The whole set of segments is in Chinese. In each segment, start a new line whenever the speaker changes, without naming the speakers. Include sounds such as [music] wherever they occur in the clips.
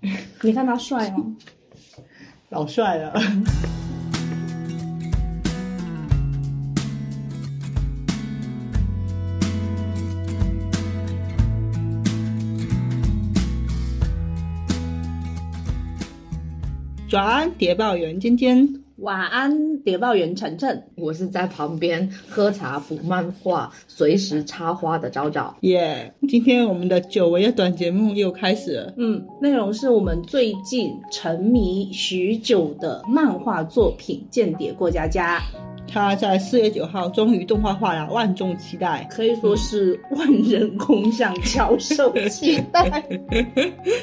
你看他帅哦吗？
老帅了。早安，谍报员尖尖。
晚安，谍报员晨晨，
我是在旁边喝茶、补漫画、随时插花的昭昭。
耶、今天我们的久违的短节目又开始了。
嗯，内容是我们最近沉迷许久的漫画作品《间谍过家家
他在四月九号终于动画化了，万众期待》，。
可以说是万人空巷，翘首期待。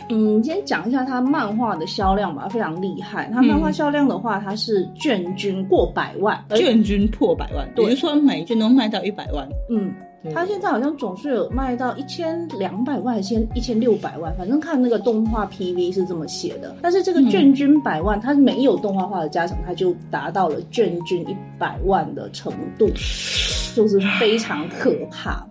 嗯，先讲一下它漫画的销量吧，非常厉害。它
嗯
漫画销量的话，它是卷均过百万，而
卷均破百万，也
对
就是说每卷都卖到一百万。
嗯，它现在好像总是有卖到一千两百万，还是一千六百万，反正看那个动画 PV 是这么写的。但是这个卷均百万，它没有动画化的加成，它就达到了卷均一百万的程度，就是非常可怕。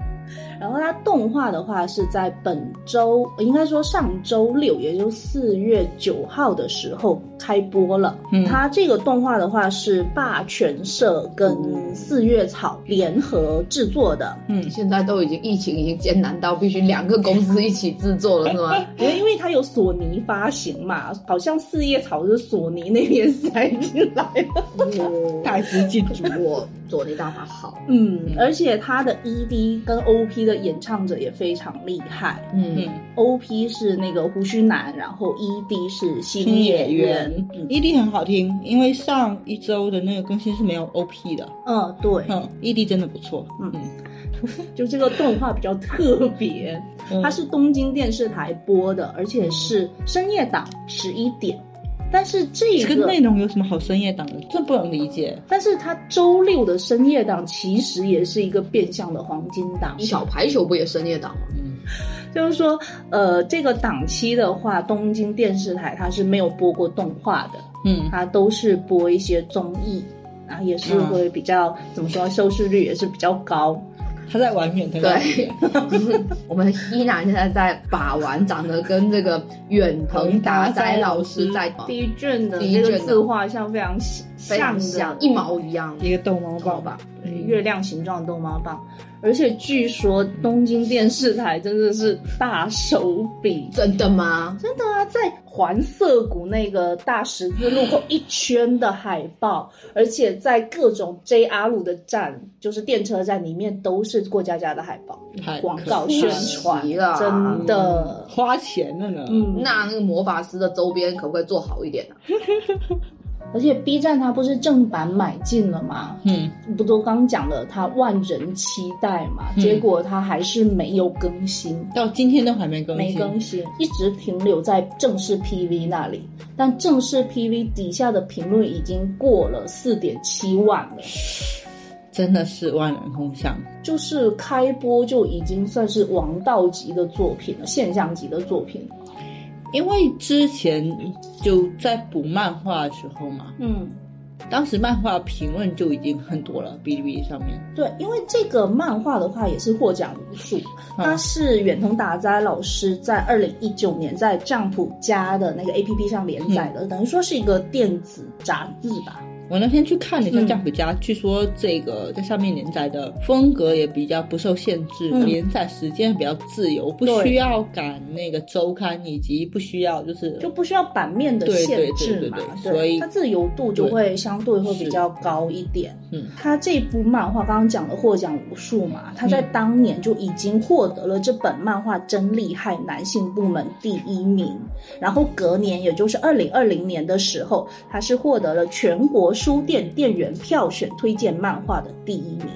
然后它动画的话是在本周，应该说上周六，也就是四月九号的时候开播了。
嗯
它这个动画的话是霸权社跟四月草联合制作的，
嗯，
现在都已经疫情已经艰难到必须两个公司一起制作了，是吗？ [laughs]
因为因为它有索尼发行嘛，好像四叶草是索尼那边塞进来的。
大资进驻。
我佐尼大法好，
嗯，而且它的 ED 跟 OP 的演唱者也非常厉害。
嗯，
嗯，
OP 是那个胡须男，然后 ED 是
新
新
演
演
员
员。嗯
ED E 很好听，因为上一周的那个更新是没有 OP 的。
嗯，对，
嗯，ED 真的不错。
就这个动画比较特别，
嗯
它是东京电视台播的，而且是深夜档十一点。但是这
这个内容有什么好深夜档的？这不能理解。
但是它周六的深夜档其实也是一个变相的黄金档，
小排球不也深夜档吗？
就是说，呃，这个档期的话，东京电视台它是没有播过动画的，
嗯，
它都是播一些综艺，啊，也是会比较、怎么说，收视率也是比较高。
他在玩远的。
对，我们依然现在在把玩，长得跟这个远藤达哉老师在
第一卷的
[laughs] 哦第一
那
卷的
个字画像非常像
非常
的，
像一毛一样，
一个逗猫
好
棒
吧？
对月亮形状的逗猫棒。而且据说东京电视台真的是大手笔，
真的吗？
真的啊，在环涩谷那个大十字路口一圈的海报，而且在各种 JR 路的站，就是电车站里面都是过家家的海报
太
广
可
告
怕
宣
了
传
可惜，了
真的，
嗯花钱了呢。
嗯，
那那个魔法师的周边可不可以做好一点啊呢、
而且 B 站它不是正版买进了吗？
嗯，
不都刚讲了它万人期待嘛，
嗯
结果它还是没有更新。
到今天都还没更
没
新。
更新，一直停留在正式 PV 那里，但正式 PV 底下的评论已经过了四点七万了，
真的是万人空巷。
就是开播就已经算是王道级的作品了，现象级的作品。
因为之前就在补漫画的时候嘛，
嗯，
当时漫画评论就已经很多了，哔哩哔哩上面。
对，因为这个漫画的话也是获奖无数，它是远藤达哉老师在二零一九年在丈普家的那个 APP 上连载的，等于说是一个电子杂志吧。
我那天去看了一下
嗯
丈夫家，据说这个在上面连载的风格也比较不受限制，
嗯
连载时间比较自由，不
对
需要赶那个周刊，以及不需要就是
就不需要版面的
对对
限制
对对
嘛，
对所以
它自由度就会相对会比较高一点。
是嗯，
它这部漫画刚刚讲了获奖无数嘛，它在当年就已经获得了这本漫画真厉害男性部门第一名，然后隔年也就是二零二零年的时候，它是获得了全国书店店员票选推荐漫画的第一名。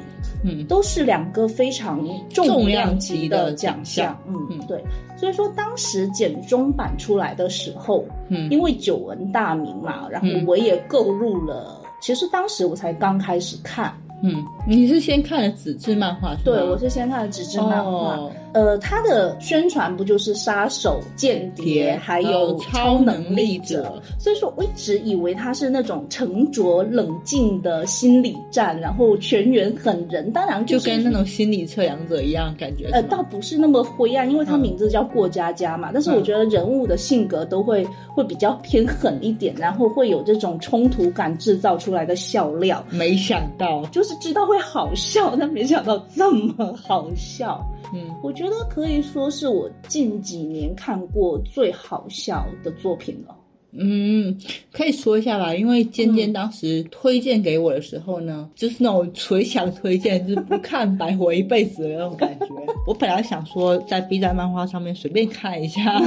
嗯
都是两个非常重量级的奖项。
嗯
嗯，对。所以说，当时简中版出来的时候，
嗯
因为久闻大名嘛，然后
嗯
我也购入了。其实当时我才刚开始看，
嗯，你是先看了纸质漫画是吗？
对我是先看了纸质漫画，
哦
呃，它的宣传不就是杀手、间谍
谍
还
还
有
有
超能力
超哦能
者
力？
所以说我一直以为它是那种沉着冷静的心理战，然后全员狠人，当然
就是跟那种心理测量者一样，感觉是吗
呃，倒不是那么灰暗，因为它
嗯
名字叫过家家嘛。但是我觉得人物的性格都会会比较偏狠一点，然后会有这种冲突感制造出来的笑料，
没想到，
就是知道会好笑，但没想到这么好笑。
嗯，
我觉得可以说是我近几年看过最好笑的作品了。
嗯，可以说一下吧，因为尖尖当时推荐给我的时候呢，就是那种纯想推荐，就是不看白活一辈子的那种感觉。我本来想说在 B 站漫画上面随便看一下，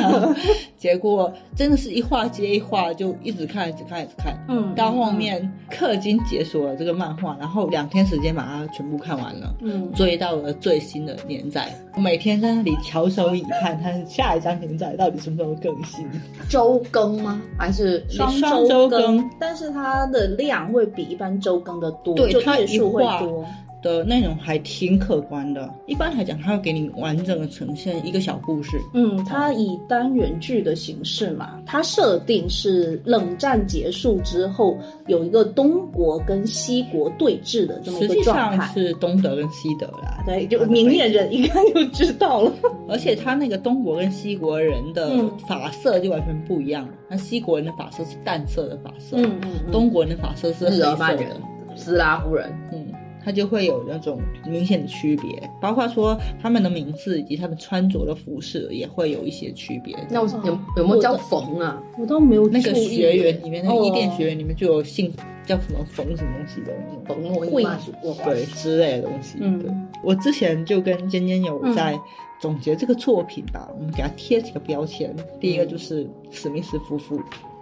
结果真的是一话接一话，就一直看，一直看，一直看。
嗯
到后面氪金解锁了这个漫画，然后两天时间把它全部看完了。
嗯，
追到了最新的连载，我每天在那里翘首以盼，它下一张连载到底什么时候更新？
周更吗？还是
双
周
周
更，
更
但是它的量会比一般周更的多，
对
就
它
页
一
数会
话
多。
的内容还挺可观的。一般来讲，它会给你完整的呈现一个小故事。
嗯，它以单元剧的形式嘛，它设定是冷战结束之后有一个东国跟西国对峙的这么一
实
个
际
状
上
态。
是东德跟西德啊啦，
对，就明眼人一看就知道了。
而且他那个东国跟西国人的
嗯
发色就完全不一样了。那西国人的发色是淡色的发色，
嗯嗯嗯
东国人的发色是黑
日
色
耳曼
的
人。、斯拉夫人？
嗯，它就会有那种明显的区别，包括说他们的名字以及他们穿着的服饰也会有一些区别。
那哦我有有没有叫冯啊？
我都没有
那个
注意
学员里面，那
哦
个伊甸学员里面就有姓叫什么冯什么东西的那种。
冯诺
贵
依曼
族的话
对之类的东西。
嗯
对，我之前就跟尖尖有在总结这个作品吧，我们给它贴几个标签，第一个
嗯
就是史密斯夫妇， [laughs]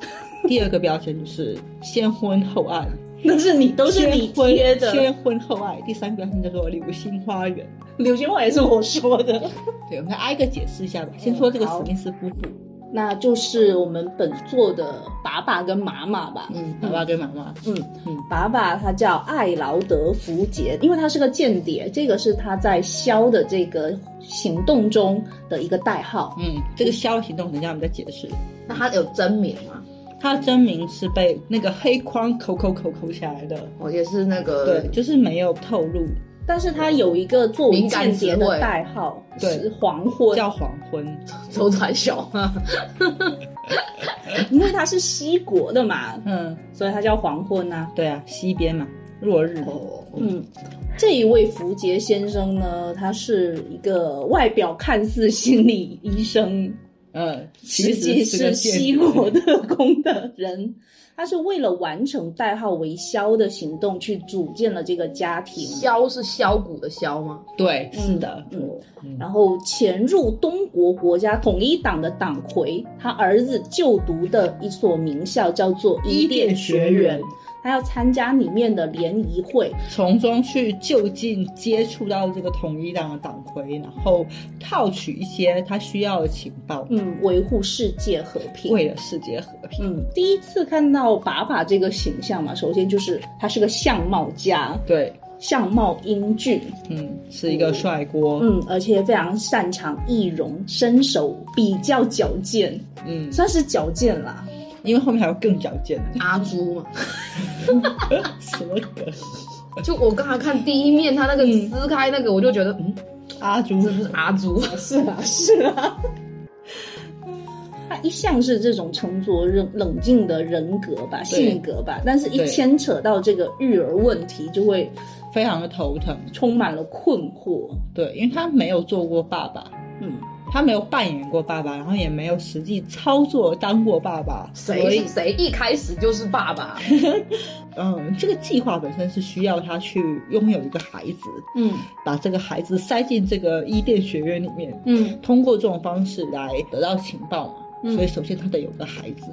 第二个标签就是先婚后爱，
那是你都是你
[laughs] 先婚
贴的，
先婚后爱，第三个标签叫做流星花园。
流星花也是我说的。 [laughs]
对，我们来挨个解释一下吧。先说这个
嗯
史
好
密斯夫妇，
那就是我们本作的爸爸跟妈妈吧。
嗯，爸爸跟妈妈，
嗯
嗯，
爸爸他叫艾劳德·福杰，因为他是个间谍，这个是他在肖的这个行动中的一个代号。
嗯，这个肖的行动，等一下我们再解释。
那他有真名吗？
他的真名是被那个黑框抠抠抠抠下来的，
我也是那个
对，就是没有透露，
但是他有一个作为
敏感
间谍
词
的
汇
代号
对
是黄
[laughs]
昏，
叫黄昏，
周传雄啊，
因为他是西国的嘛，
嗯，
所以他叫黄昏呐、
对啊，西边嘛，落日，
哦，
嗯，这一位福杰先生呢，他是一个外表看似心理医生，
嗯，其
实际
实个
是
间
西
谍
国特工的人，他是为了完成代号为肖的行动去组建了这个家庭，
削是削骨的削吗？
对，是的，
嗯
嗯
然后潜入东国国家统一党的党魁，他儿子就读的一所名校叫做伊甸学
伊甸学
院
园，
他要参加里面的联谊会，
从中去就近接触到这个统一党的党魁，然后套取一些他需要的情报，
嗯，维护世界和平。
为了世界和平，
嗯，第一次看到爸爸这个形象嘛，首先就是他是个相貌家，
对，
相貌英俊，
嗯，是一个帅锅，
嗯，而且非常擅长易容，身手比较矫健，
嗯，
算是矫健啦。
因为后面还有更矫健的，
阿朱嘛，
什么梗？
就我刚才看第一面，他那个
嗯
撕开那个，我就觉得，嗯，
阿朱
是不是阿朱？
是啊，是啊。他一向是这种沉着冷冷静的人格吧，性格吧，但是一
对
牵扯到这个育儿问题，就会
非常的头疼，
充满了困惑。
对，因为他没有做过爸爸，
嗯，
他没有扮演过爸爸，然后也没有实际操作当过爸爸，所以
谁谁一开始就是爸爸？
嗯，这个计划本身是需要他去拥有一个孩子，
嗯
把这个孩子塞进这个伊甸学院里面，
嗯
通过这种方式来得到情报嘛。
嗯
所以首先他得有个孩子，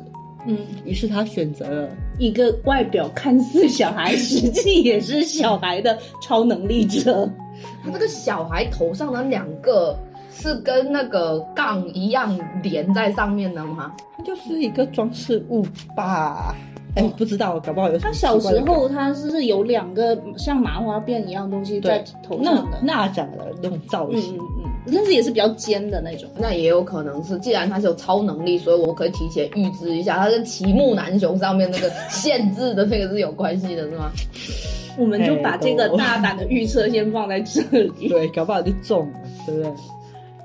嗯，
于是他选择了
一个外表看似小孩，实际也是小孩的超能力者。
他这个小孩头上的两个是跟那个杠一样连在上面的吗？
他就是一个装饰物吧。哎，我不知道，搞不好有什
哦他
么
小
奇怪的
时候他是有两个像麻花辫一样东西在
对
头
那
上的，
那假的那种造
嗯
型
嗯，嗯，但是也是比较尖的那种。
那也有可能是，既然他是有超能力，所以我可以提前预知一下，他跟骑木南雄上面那个限制的那个是有关系的，是吗？
我们就
哎
把这个
懂
大胆的预测先放在这里。
对，搞不好就中了，对不对？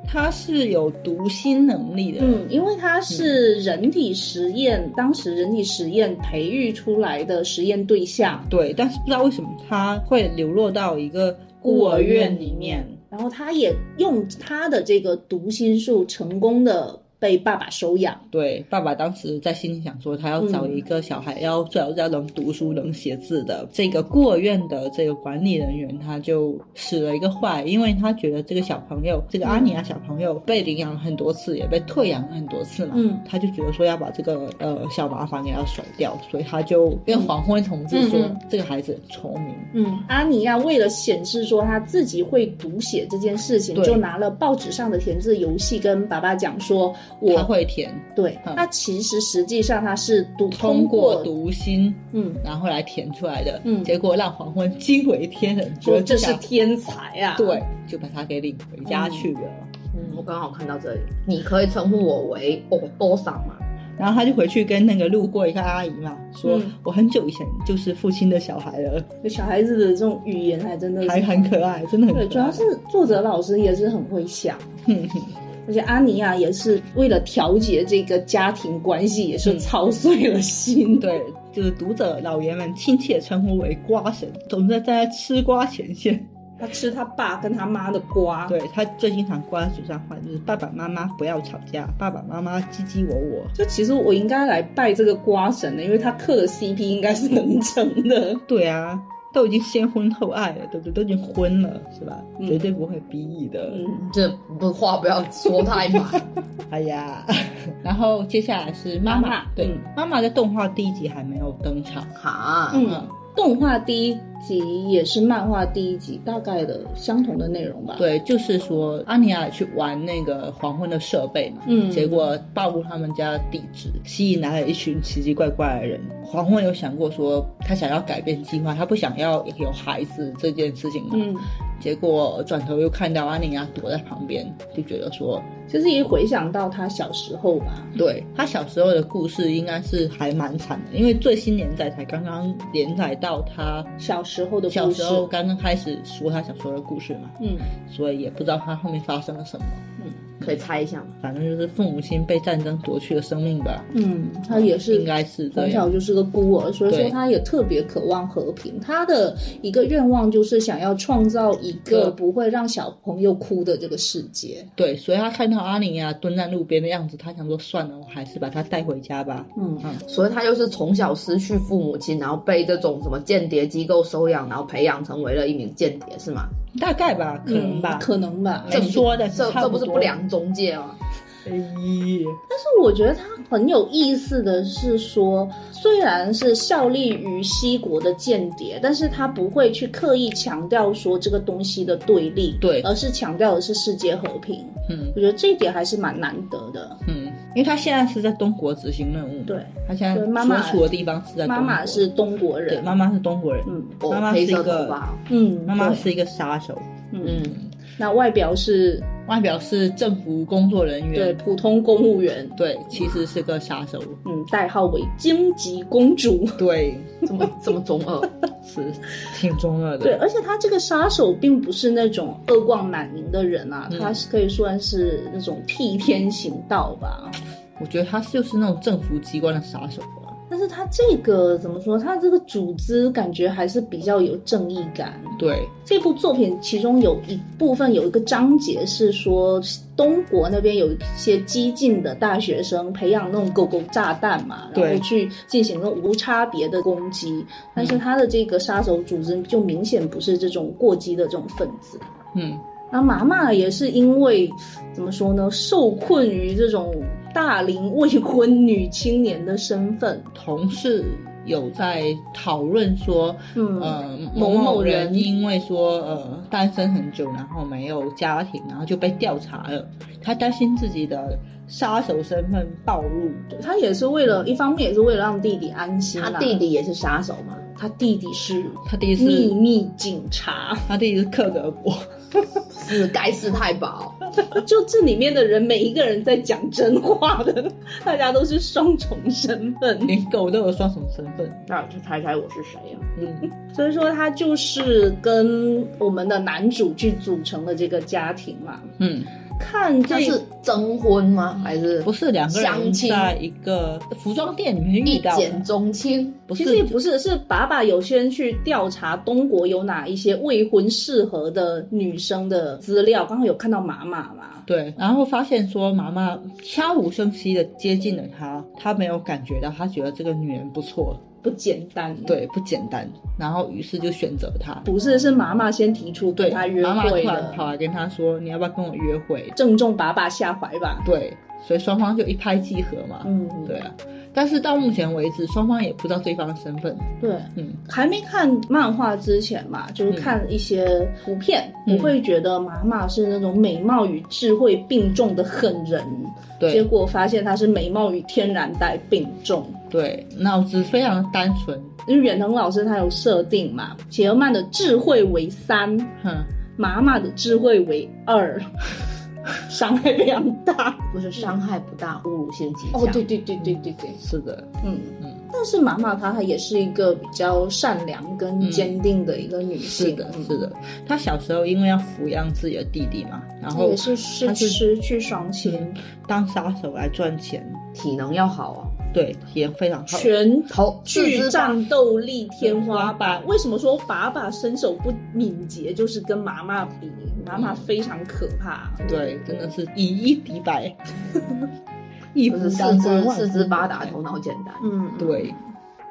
他是有读心能力的，
嗯，因为它是人体实验，当时人体实验培育出来的实验对象，
对，但是不知道为什么他会流落到一个孤儿院里面。
然后他也用他的这个读心术成功的被爸爸收养。
对，爸爸当时在心里想说，他要找一个小孩，要最好是要能读书、能写字的。这个孤儿院的这个管理人员，他就使了一个坏，因为他觉得这个小朋友，这个阿尼亚小朋友被领养了很多次，也被退养了很多次嘛，
嗯
他就觉得说要把这个呃小麻烦给他甩掉，所以他就跟黄昏同志说，
嗯嗯
这个孩子聪明，
嗯，阿尼亚为了显示说他自己会读写这件事情，
对
就拿了报纸上的填字游戏跟爸爸讲说我，
他会填，
对
嗯
他其实实际上他是读
通过
过，
读心
嗯，
然后来填出来的，
嗯
结果让黄昏惊为天人，觉
说
得
这
小
是天才啊，
对，就把他给领回家去了。
哦
嗯，我刚好看到这里，你可以称呼我为哦多少嘛？
然后他就回去跟那个路过一个阿姨嘛，说、
嗯
我很久以前就是父亲的小孩了，
就小孩子的这种语言还真的
还
是，
很可爱，真的很可
嗯对，
爱。
主要是作者老师也是很会想。
哼哼
而且阿尼亚也是为了调节这个家庭关系，也是
嗯
操碎了心。
对，就是读者老爷们亲切称呼为瓜神，总是在吃瓜前线。
他吃他爸跟他妈的瓜，
对他最经常挂在嘴上话就是爸爸妈妈不要吵架，爸爸妈妈唧唧我我。
就其实我应该来拜这个瓜神的，因为他嗑的 CP
[laughs]
应该是能成的。
对啊，都已经先婚后爱了，对不对？都已经婚了，是吧？
嗯
绝对不会逼你的。
嗯，
这不话不要说太满。
[laughs] 哎呀，然后接下来是妈
妈妈
对
嗯，
妈妈在动画第一集还没有登场。
哈，
嗯动画第一集也是漫画第一集大概的相同的内容吧。，
对，就是说阿尼亚去玩那个黄昏的设备嘛，
嗯
结果暴露他们家的地址，吸引来了一群奇奇怪怪的人。黄昏有想过说他想要改变计划，他不想要有孩子这件事情嘛，
嗯，
结果转头又看到阿尼亚躲在旁边，就觉得说
其实也回想到他小时候吧。
对他小时候的故事应该是还蛮惨的，因为最新连载才刚刚连载到他
小时候的
小
故事，
时候刚刚开始说他小时候的故事嘛，
嗯，
所以也不知道他后面发生了什么。
可以猜一下吗？
反正就是父母亲被战争夺去了生命吧，
嗯，他也是
应该是这
从小
样。
就是个孤儿，所以说
对
他也特别渴望和平。他的一个愿望就是想要创造一个
对
不会让小朋友哭的这个世界。
对，所以他看到阿尼亚蹲在路边的样子，他想说算了，我还是把他带回家吧。
嗯
所以他就是从小失去父母亲，然后被这种什么间谍机构收养，然后培养成为了一名间谍，是吗？
大概吧，可能吧。
嗯可能吧。
没说的，
这
哎差
这
多
不是不？良中介吗？
哎，
但是我觉得他很有意思的是说，虽然是效力于西国的间谍，但是他不会去刻意强调说这个东西的对立，
对
而是强调的是世界和平。
嗯
我觉得这一点还是蛮难得的。
嗯，因为他现在是在东国执行任务，
对，
他现在
对妈妈
所处的地方是在
妈
东
妈
国
是东国
对，
人，
妈妈是中国人，
嗯
哦
妈妈是
黑
一
色
个
头发哦，
嗯，
妈妈
对
是一个杀手，
嗯，
那外表是
外表是政府工作人
对
员，
普通公务员，
对，其实是个杀手，
嗯，代号为荆棘公主。
对，
这么这么中二，
是挺中二的，
对，而且他这个杀手并不是那种恶贯满盈的人啊，
嗯
他是可以算是那种替天行道吧。
我觉得他就是那种政府机关的杀手啊吧，
但是他这个怎么说？他这个组织感觉还是比较有正义感。
对，
这部作品其中有一部分有一个章节是说，东国那边有一些激进的大学生培养那种狗狗炸弹嘛，然后
对
去进行那种无差别的攻击。但是他的这个杀手组织就明显不是这种过激的这种分子。
嗯，
那妈妈也是因为怎么说呢，受困于这种大龄未婚女青年的身份，
同事有在讨论说，
嗯
呃，
某
某
某
某
人
人因为说呃单身很久，然后没有家庭，然后就被调查了，他担心自己的杀手身份暴露，
她也是为了一方面也是为了让弟弟安心啦
他弟弟也是杀手吗？
他弟弟是
他第一次
秘密警察， [laughs]
他弟弟是克格勃，
是盖世太保。
就这里面的人，每一个人在讲真话的， [laughs] 大家都是双重身份。
嗯
连狗都有双重身份。
那就猜猜我是谁啊呀、
嗯，
所以说，他就是跟我们的男主去组成的这个家庭嘛。
嗯，
看
这
这
是征婚吗？还是
不是两个
相
人
亲
在一个服装店里面
一
遇到
见
的，
钟情？
不
其实也
是
不是，是爸爸有先去调查东国有哪一些未婚适合的女生的资料，刚好有看到妈妈嘛，
对，然后发现说妈妈悄无声息的接近了他，他没有感觉到，他觉得这个女人不错，
不简单。，
对，不简单，然后于是就选择她。
不是是妈妈先提出
对，
跟他约
妈妈突
会
然
的，
跑来跟他说：“你要不要跟我约会
正中爸爸下怀吧？”。
对，所以双方就一拍即合嘛。
嗯，
对啊，但是到目前为止，双方也不知道对方的身份。
对，
嗯，
还没看漫画之前嘛，就是看一些图片，
嗯
我会觉得妈妈是那种美貌与智慧并重的狠人，结
对
果发现她是美貌与天然呆并重。
对，脑子非常的单纯。
因为远藤老师他有设定嘛，杰尔曼的智慧为三，
哼，
妈妈的智慧为二， [laughs] 伤害非常大。
不是伤害不大，侮辱性极强。
哦，对对对对对对，
是的，
嗯
嗯
嗯。但是妈妈她她也是一个比较善良跟坚定的一个女性，
嗯是的，
嗯
是的。他小时候因为要抚养自己的弟弟嘛，然后
也是是
她是嗯
失去双亲，
当杀手来赚钱，
体能要好啊，
对，也非常好。
全
头
具
四肢棒
战斗力天花板。为什么说爸爸身手不敏捷，就是跟妈妈比，妈妈非常可怕。
嗯对，真的是以一敌百， [laughs] 一
就
夫
是四
当关
肢
万
四
夫
肢
莫
发达，
开
头脑简单。
嗯，嗯。
对，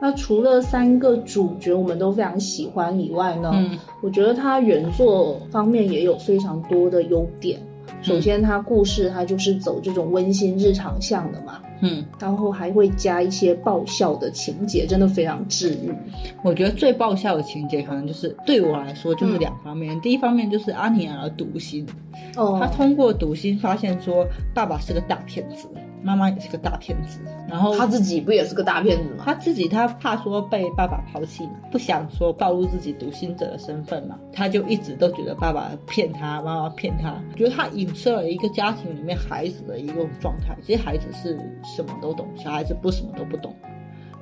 那除了三个主角我们都非常喜欢以外呢，
嗯
我觉得它原作方面也有非常多的优点。
嗯
首先，它故事它就是走这种温馨日常向的嘛，
嗯，
然后还会加一些爆笑的情节，真的非常治愈。
我觉得最爆笑的情节可能就是对我来说
嗯
就是两方面，第一方面就是阿尼亚的读心，
哦
他通过读心发现说爸爸是个大骗子，妈妈也是个大骗子，然后
他自己不也是个大骗子吗？
他自己他怕说被爸爸抛弃嘛，不想说暴露自己独行者的身份嘛，他就一直都觉得爸爸骗他，妈妈骗他，觉得他影射了一个家庭里面孩子的一种状态。其实孩子是什么都懂，小孩子不什么都不懂。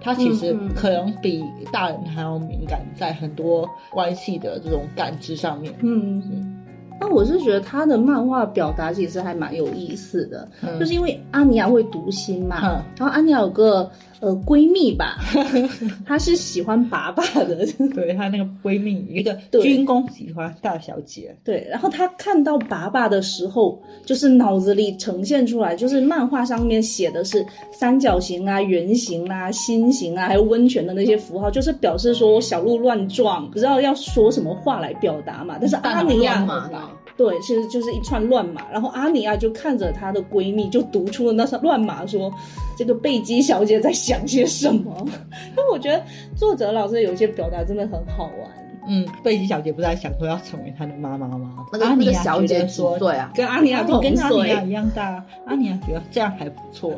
他其实
嗯嗯
可能比大人还要敏感，在很多关系的这种感知上面。
嗯，那我是觉得他的漫画表达其实还蛮有意思的，
嗯
就是因为阿尼亚会读心嘛，
嗯
然后阿尼亚有个呃闺蜜吧， [laughs] 她是喜欢爸爸的，
嗯对她那个闺蜜，一个
对
军工喜欢大小姐，
对，然后她看到爸爸的时候，就是脑子里呈现出来，就是漫画上面写的是三角形啊、圆形啊、心形啊，还有温泉的那些符号，就是表示说我小鹿乱撞，不知道要说什么话来表达嘛。但是
大
阿
脑
尼亚
乱码的，
对，其实就是一串乱码。然后阿尼亚就看着她的闺蜜，就读出了那串乱码说，这个贝基小姐在想些什么。 [laughs] 因为我觉得作者老师有些表达真的很好玩，
嗯，贝吉小姐不是还想说要成为她的妈妈吗？
那个
阿
那
尼
个
亚
小
觉
姐
得
几
说
岁啊？
跟阿尼亚同
跟阿尼亚
岁
一。样大，阿尼亚觉得这样还不 [laughs] 错。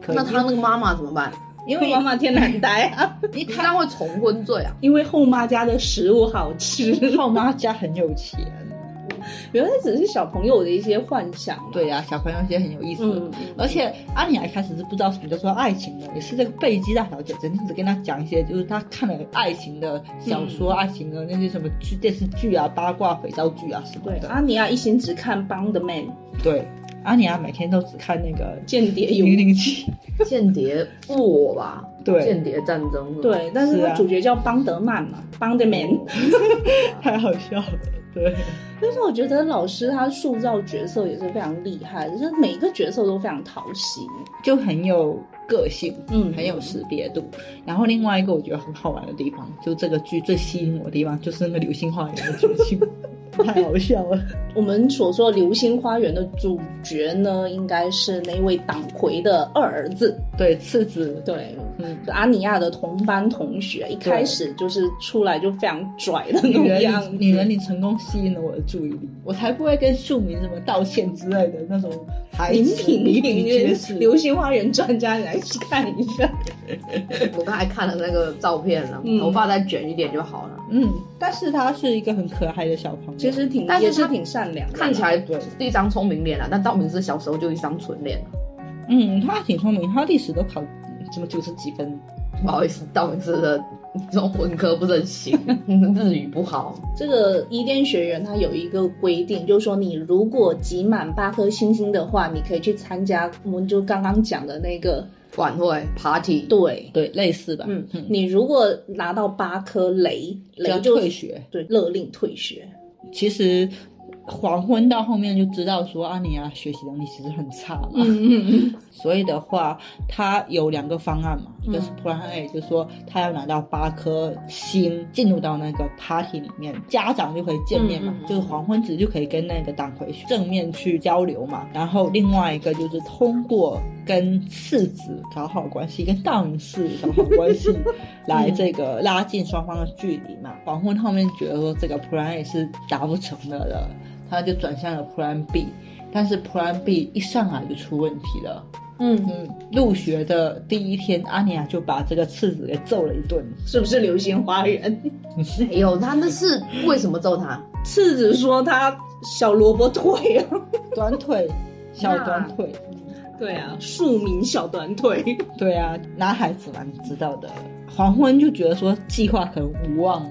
可以
那她那个妈妈怎么办？
[laughs] 因
妈妈天然呆
[laughs]
啊，
你她会重婚罪啊？
因为后妈家的食物好 [laughs] 吃。
为后妈家很有钱，
原来只是小朋友的一些幻想。，
对呀、小朋友些很有意思。
嗯，
而且阿尼亚一开始是不知道什么叫做爱情的，也是这个贝基大小姐整天只跟她讲一些，就是她看了爱情的小说、爱情的那些什么剧、电视剧啊、八卦、肥皂剧啊什么
对，
的。
阿尼亚一心只看《帮的 Man》
对，阿尼亚每天都只看那个
间 [laughs] 谍游
零零七。
间谍不我吧？
对，
间谍战争是吧，
对，但是
是
他
啊
主角叫邦德曼嘛，邦德曼。 [laughs]
太好笑了。 [laughs] 对，
但是我觉得老师他塑造角色也是非常厉害，就是每个角色都非常讨喜。
就很有个性。
嗯，
很有识别度。然后另外一个我觉得很好玩的地方，就这个剧最吸引我的地方，就是那个流星花园的剧情，太好笑 [laughs] 了。
我们所说《流星花园》的主角呢，应该是那位党魁的二儿子。
对，次子，
对，
嗯，
阿尼亚的同班同学，一开始就是出来就非常拽的那
女
种
人
样子。
你，女人，你成功吸引了我的注意力，我才不会跟庶民什么道歉之类的那种孩
林
子
平
比
平
比皆是。
流星花园专家，你来去看一下。
我刚才看了那个照片了
嗯，
头发再卷一点就好了。
嗯，但是他是一个很可爱的小朋友，
其其实挺
但是
也是
他
挺善良的啦，
看起来
对，
是一张聪明脸啊，但道明寺小时候就一张蠢脸啊
嗯，他挺聪明，他历史都考什么九十几分，
不好意思，道明寺的中文科不是很行， [laughs] 日语不好。
这个伊甸学园它有一个规定，就是说你如果集满八颗星星的话，你可以去参加我们就刚刚讲的那个
晚会 party，
对。
对，类似吧。
嗯，你如果拿到八颗雷，
就
雷
要
就
退学。
对勒令退学。
其实黄昏到后面就知道说阿尼亚学习能力其实很差嘛，
嗯
所以的话他有两个方案嘛，
嗯
一个是普兰也就是说他要拿到八颗星进入到那个 party 里面，家长就可以见面嘛，
嗯嗯嗯
就是黄昏子就可以跟那个党魁正面去交流嘛，然后另外一个就是通过。跟世子搞好关系，跟道明寺搞好关系，来这个拉近双方的距离嘛。 [laughs] 黄昏后面觉得说这个普兰也是达不成的了，他就转向了普兰 B，但是普兰 B 一上来就出问题了。
嗯，
嗯，入学的第一天，阿尼亚就把这个次子给揍了一顿。
是不是流星花园？
没有哎他那是为什么揍他？
次子说他小萝卜腿啊，
短腿，小短腿，
对啊，庶民小短腿。
对啊，男孩子嘛，你知道的。黄昏就觉得说计划可能无望了。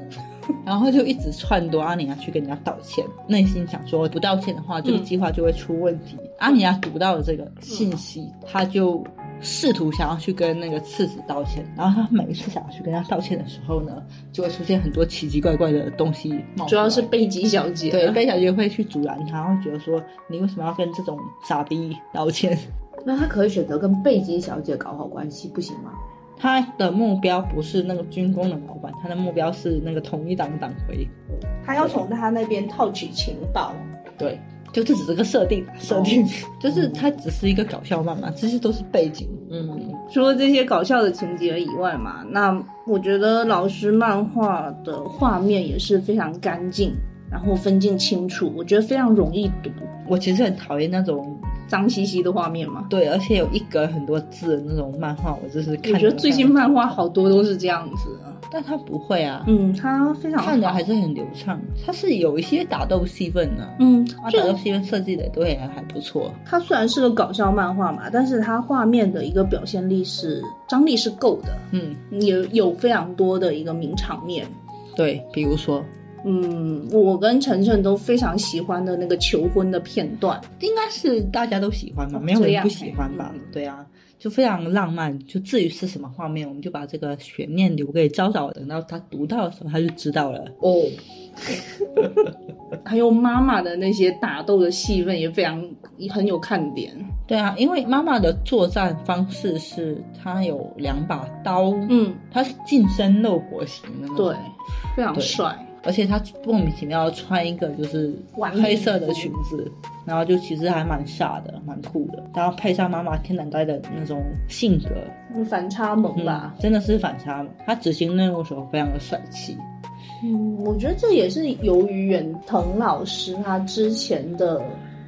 然后就一直撺掇阿尼亚去跟人家道歉，内心想说不道歉的话，这个计划就会出问题。阿尼亚读到了这个信息，他就试图想要去跟那个次子道歉。然后他每一次想要去跟他道歉的时候呢，就会出现很多奇奇怪怪的东西冒出来。
主要是贝吉小姐，
对，贝小姐会去阻拦他，会觉得说你为什么要跟这种傻逼道歉？ [laughs]
那他可以选择跟贝基小姐搞好关系，不行吗？
他的目标不是那个军工的老板，他的目标是那个统一党党魁。
她要从他那边套取情报。
对，就这只是个设定，啊设定、
哦
[laughs] 就是他只是一个搞笑漫嘛，这些都是背景。
嗯，
除了这些搞笑的情节以外嘛，那我觉得老师漫画的画面也是非常干净，然后分镜清楚，我觉得非常容易读，
我其实很讨厌那种
脏兮兮的画面嘛。
对，而且有一格很多字的那种漫画，我就是看。
我觉得最近，漫画好多都是这样子啊，
但他不会啊，
嗯，它非常
看的
好
还是很流畅。他是有一些打斗戏份呢、
嗯，
啊，
就
打斗戏份设计的都也还不错。
它虽然是个搞笑漫画嘛，但是它画面的一个表现力是张力是够的，
嗯，
也有非常多的一个名场面。
对，比如说。
嗯，我跟晨晨都非常喜欢的那个求婚的片段，
应该是大家都喜欢吧，
哦
没有
这
人
样
不喜欢吧
嗯嗯？
对啊，就非常浪漫。就至于是什么画面，我们就把这个悬念留给昭昭，等到他读到的时候他就知道了。
哦，
还有妈妈的那些打斗的戏份也非常很有看点。
对啊，因为妈妈的作战方式是她有两把刀，
嗯，
她是近身肉搏型的那种
对，非常
对
帅。
而且她莫名其妙穿一个就是
晚礼服
黑色的裙子，
嗯
然后就其实还蛮飒的，蛮酷的，然后配上妈妈天然呆的那种性格，
反差萌
嗯
吧，，
真的是反差萌。他执行任务的时候非常的帅气，
嗯，我觉得这也是由于远藤老师他之前的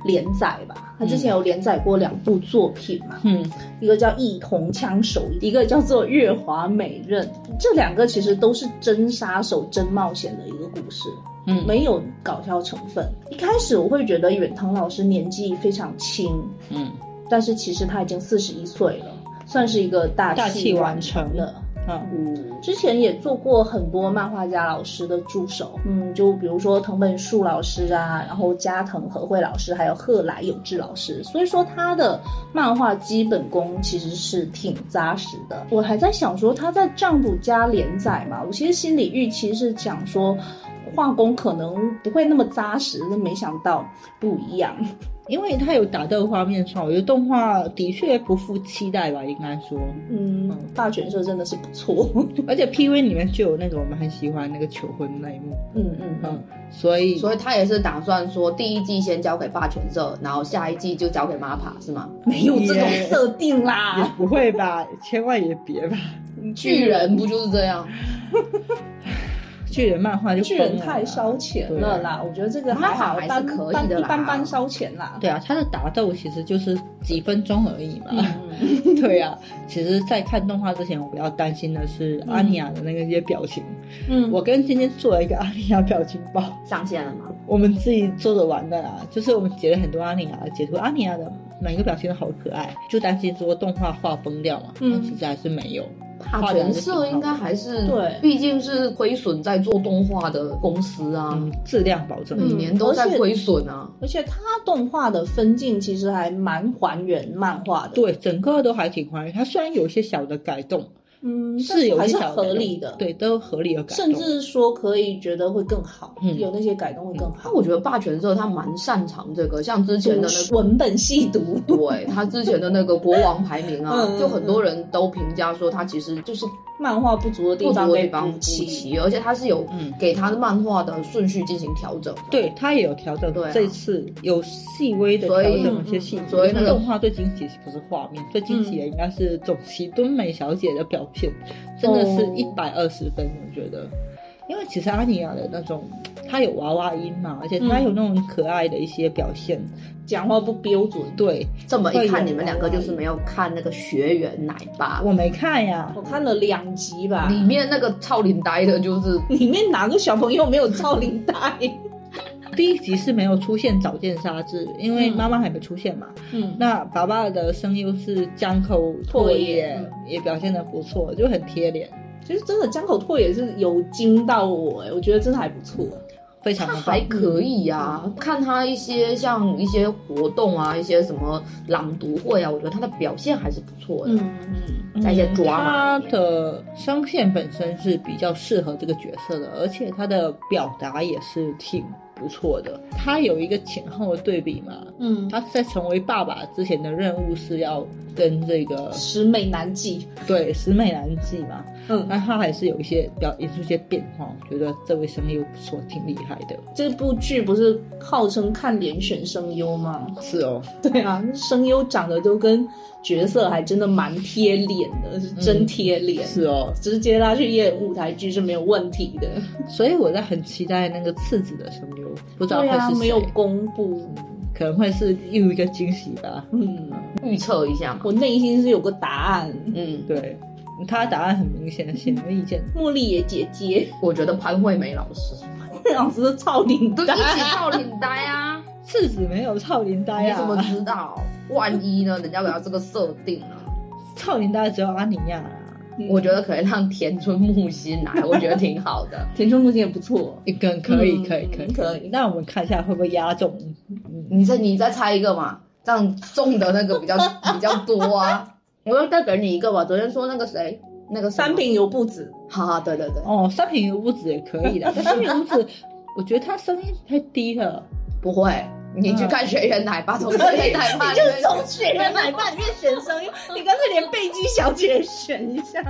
连载吧，他之前有连载过两部作品嘛，
嗯，
一个叫《一铜枪手》，一个叫做《月华美刃》，这两个其实都是真杀手、真冒险的一个故事，
嗯
没有搞笑成分。一开始我会觉得远藤老师年纪非常轻，
嗯
但是其实他已经四十一岁了，算是一个大
大器晚
晚成
成
了。
嗯
之前也做过很多漫画家老师的助手，嗯，就比如说藤本树老师啊，然后加藤和惠老师，还有贺来有志老师，所以说他的漫画基本功其实是挺扎实的。我还在想说他在丈夫家连载嘛，我其实心里预期是讲说。画工可能不会那么扎实，但没想到不一样。
因为他有打斗画面上，我觉得动画的确不负期待吧，应该说。
嗯，大卷社真的是不错。 [laughs]
而且 PV 里面就有那个我们很喜欢那个求婚那一幕，
嗯嗯嗯
嗯，，所以
所以他也是打算说第一季先交给霸权社，然后下一季就交给玛帕，是吗？
没有这种
也
设定啦。
也啊不会吧，千万也别吧。
巨人不就是这样？
巨人漫画就
巨
崩
人
了
太
啦
烧钱
啊对
了啦，我觉得这个还好，
还好还
般
是可以
般
的
一
啦
般般烧钱啦。
对啊，他的打斗其实就是几分钟而已嘛。
嗯，
[laughs] 对啊，其实，在看动画之前，我比较担心的是阿尼亚的那个一些表情。
嗯，
我跟尖尖做了一个阿尼亚表情包，
上线了吗？
我们自己做着玩的啦。就是我们截了很多阿尼亚的截图，阿尼亚的每个表情都好可爱，就担心说动画画崩掉嘛。
嗯
但其实还是没有。
大角色应该还是
对
毕竟是亏损在做动画的公司啊，
嗯，质量保证。
嗯
每年都在亏损啊。
而且它动画的分镜其实还蛮还原漫画的，，
对，整个都还挺还原。它虽然有一些小的改动，
嗯，但
是有
还
一些
是
小的改
合
动
理的，，
对，都合理的改动。
甚至说可以觉得会更好，
嗯
有那些改动会更好
那。我觉得霸权社他蛮擅长这个，像之
读
前的那
书文本细读，
个，对他之前的那个国王排名啊
嗯，
就很多人都评价说他其实就是
漫画不足的地
不
方
足的
被
地方
补
补
齐。
齐，而且他是有
嗯
给他的漫画的顺序进行调整的。
对，它也有调整，
对啊
这次有细微的调
所以
整
嗯
一些细节。
所以那个嗯
动画最惊喜不是画面，最惊喜的应该是总崎敦美小姐的表现，真的是
哦
一百二十分，我觉得。因为其实阿尼亚的那种，她有娃娃音嘛，而且她
嗯
有那种可爱的一些表现，
讲话不标准，
对
这么一
会有
看，你们两个就是没有看那个学员奶爸，
我没看呀
我，看了两集吧，
里面那个超领呆的，就是
里面哪个小朋友没有造领带？
第一集是没有出现早见沙织，因为
嗯
妈妈还没出现嘛。
嗯，
那爸爸的声优是江口拓
拓
也，
也嗯
也表现的不错，就很贴脸，
其实真的江口拓也是有惊到我、哎，我觉得真的还不错。
非常
他
的棒
还可以啊。看他一些像一些活动啊，一些什么朗读会啊，我觉得他的表现还是不错的。
嗯
在一些抓
他
马
的声线本身是比较适合这个角色的，而且他的表达也是挺不错的。他有一个前后的对比嘛，
嗯，
他在成为爸爸之前的任务是要跟这个
十美男记，
对石美男记嘛，
嗯，
那他还是有一些表演出一些变化，我觉得这位声优不错，挺厉害的。
这部剧不是号称看脸选声优吗？ [laughs]
是哦，
对啊，声优长得都跟角色还真的蛮贴脸的，嗯是真贴脸，
是哦，
直接拉去演舞台剧是没有问题的。
所以我在很期待那个次子的声优，不知道会
对啊，
是
没
谁，
有公布，
可能会是又一个惊喜吧。
嗯，
预测一下嘛，
我内心是有个答案。
嗯，
对，他的答案很明显，显而易见。
茉莉也姐姐， [laughs]
我觉得潘惠梅老师
老师都操领
都
带
一，起超领呆啊，
赤子没有超林呆
你
啊，
怎么知道？万一呢？人家给他这个设定了。
超林呆只有阿尼亚啊，
嗯
我觉得可以让田村木心来，我觉得挺好的。
田中木也不错。
一根可以
嗯
可以可以
嗯可以
那我们看一下会不会压中？
你再你再猜一个嘛，这样中的那个比较比较多啊。我又再给你一个吧，昨天说那个谁，那个什么
三，品油不止，
哈哈，对对对，
哦，三平有屋子也可以的，但三平有屋子，我觉得他声音太低了。
不会，你去看学员奶爸，从学员奶爸
嗯 [laughs] 你就从雪人奶爸里面选声优，你干脆连贝基小姐也选一下。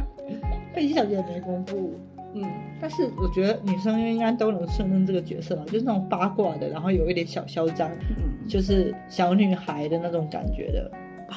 贝基小姐没公布，
嗯，
但是我觉得女生应该都能胜任这个角色吧，就是那种八卦的，然后有一点小嚣张，
嗯
就是小女孩的那种感觉的。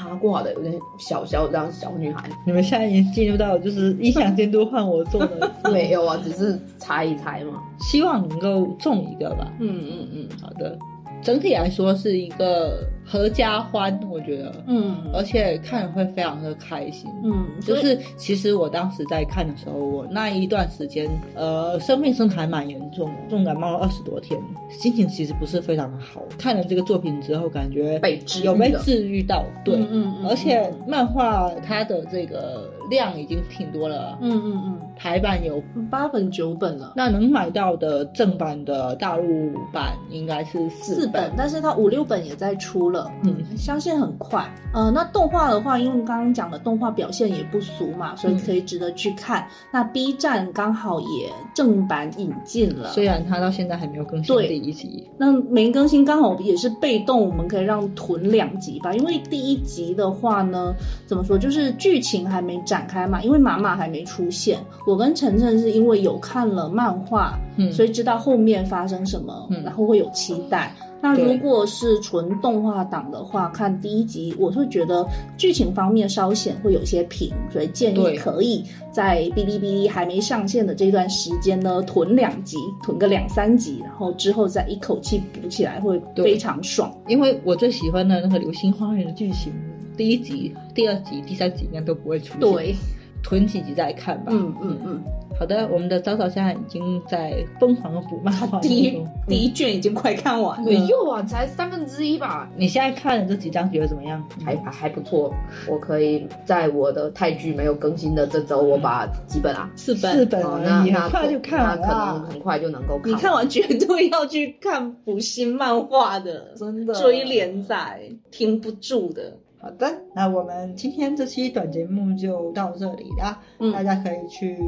八卦的有点小小这样小女孩，
你们现在已经进入到就是一想监督换我做
[laughs]
的，
没有啊，只是猜一猜嘛。
希望能够中一个吧。
嗯嗯嗯
好的，整体来说是一个合家欢，我觉得，
嗯
而且看了会非常的开心。
嗯，
就
就是
其实我当时在看的时候，我那一段时间，呃，生病生得还蛮严重的，重感冒了二十多天，心情其实不是非常的好。看了这个作品之后，感觉
被治愈
有被
了
治愈到，对，
嗯嗯嗯，
而且漫画它的这个量已经挺多了，
嗯嗯
台版有
嗯，八本九本了。
那能买到的正版的大陆版应该是
四
四
本，但是它五六本也在出了，
嗯
嗯，相信很快。呃，那动画的话，因为刚刚讲的动画表现也不俗嘛，所以可以值得去看。那 B 站刚好也正版引进了，
虽然它到现在还没有更新
对
第一集，
那没更新刚好也是被动，我们可以让囤两集吧，因为第一集的话呢，怎么说，就是剧情还没展开嘛，因为妈妈还没出现。我跟晨晨是因为有看了漫画，
嗯，
所以知道后面发生什么，
嗯
然后会有期待。那
对
如果是纯动画党的话，看第一集，我会觉得剧情方面稍显会有些平，所以建
对
议可以在哔哩哔哩还没上线的这段时间呢，囤两集，囤个两三集，然后之后再一口气补起来，会
对
非常爽。
因为我最喜欢的那个《流星花园》的剧情，第一集、第二集、第三集应该都不会出现，，
对，
囤几集再看吧。
嗯嗯嗯，
好的，我们的早早现在已经在疯狂的补漫画
第
当
一
中。
第一卷已经快看完
没
嗯
了。
有啊，才三分之一吧，
你现在看了这几章，觉得怎么样？
还还不错。我可以在我的泰剧没有更新的这周，我把几本
嗯
啊，
四
四本
哦
而
那
已，
那
很快
可
就看完
那可能
了。
很快就能够看。
你看，完绝对要去看补新漫画的，
真的
追连载，停不住的。
好的，那我们今天这期短节目就到这里啦，
嗯
大家可以去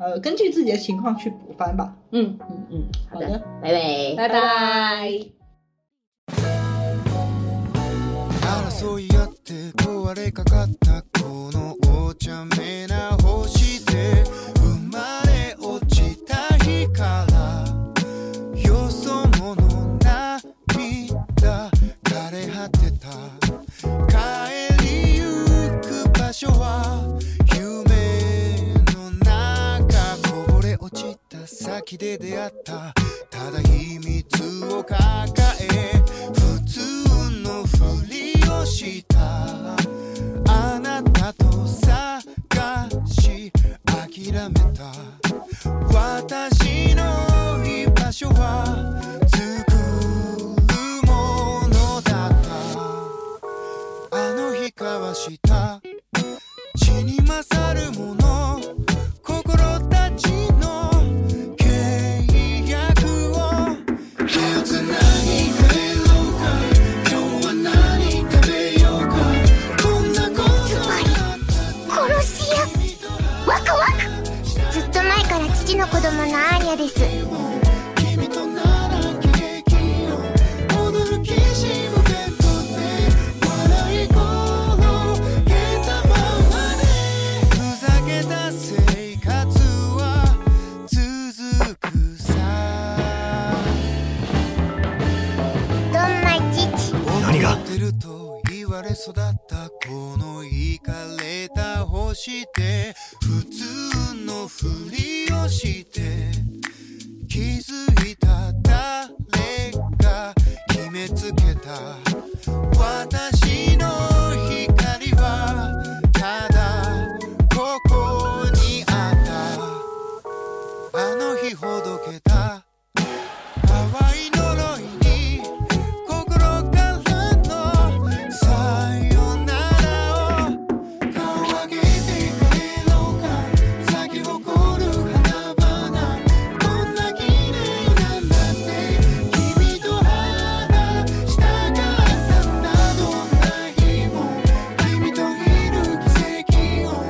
呃根据自己的情况去补番吧。
嗯，
嗯嗯，
好
好的，
的，
拜拜。
拜拜。
争い合って壊れかかったこのお茶目な星で生まれ落ちた日からよそ者涙枯れ果てた帰りゆく場所は夢の中こぼれ落ちた先で出会ったただ秘密を抱え普通のふりをしたあなたと探し諦めた私の居場所は作るものだったあの日交わした血に勝るもの心たちの契約を手をつなぎ帰ろうか今日は何食べようかこんなこと
殺し屋ワクワクずっと前から父の子供のアーニャです
君とならケーキを踊るキシムベッドで笑い転げたままでふざけた生活は続くさ
どんまい父
何がってると言われ育ったこのイかれた星で普通のふりをして気づいた誰が決めつけた私の光はただここにあったあの日ほどけた淡い呪いに心からのさよならを顔上げて帰ろうか咲き誇る花々こんな綺麗なんだって君と話したかったんだどんな日も君といる奇跡を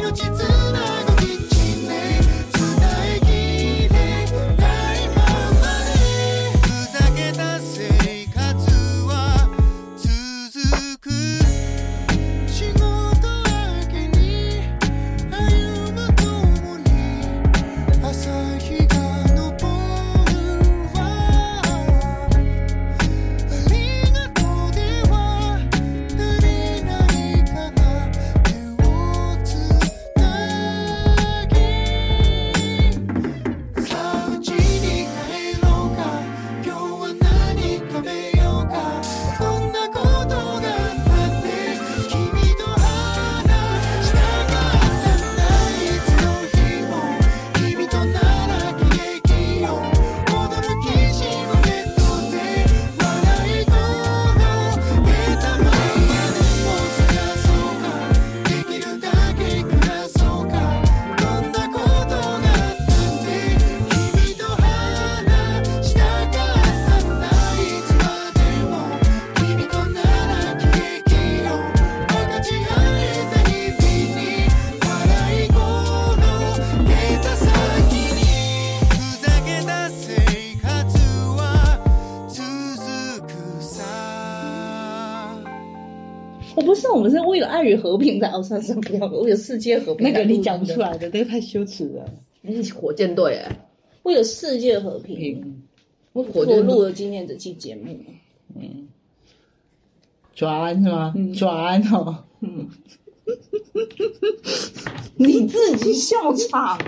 命つなぐキッチンで伝えきれないままでふざけた生活は続く仕事明けに歩むともに朝日が昇るわ「ありがとうでは足りないから手をつなぎ」「さあうちに帰ろうか今日は何食べようか」「こんなことがあって君と話したかったんだいつの日も君となら喜劇を」「踊るキシムネットで笑い声を得たままでも探そうか」「できるだけ暮らそうか」「どんなことがあったって君と話したかったんだいつまでも君となら喜劇を分かち合えた日々に笑い声を得た先に」ふざけた生活は続くさ
我不是，我们是为了爱与和平在奥山上标的，为了世界和平。
那个你讲不出，
嗯
来的，那个太羞耻了。
你是火箭队哎，
嗯
为了世界和平。
我
我
火
就
箭
录了今天这期节目。
转是吗？转哦， [laughs]
你自己笑场，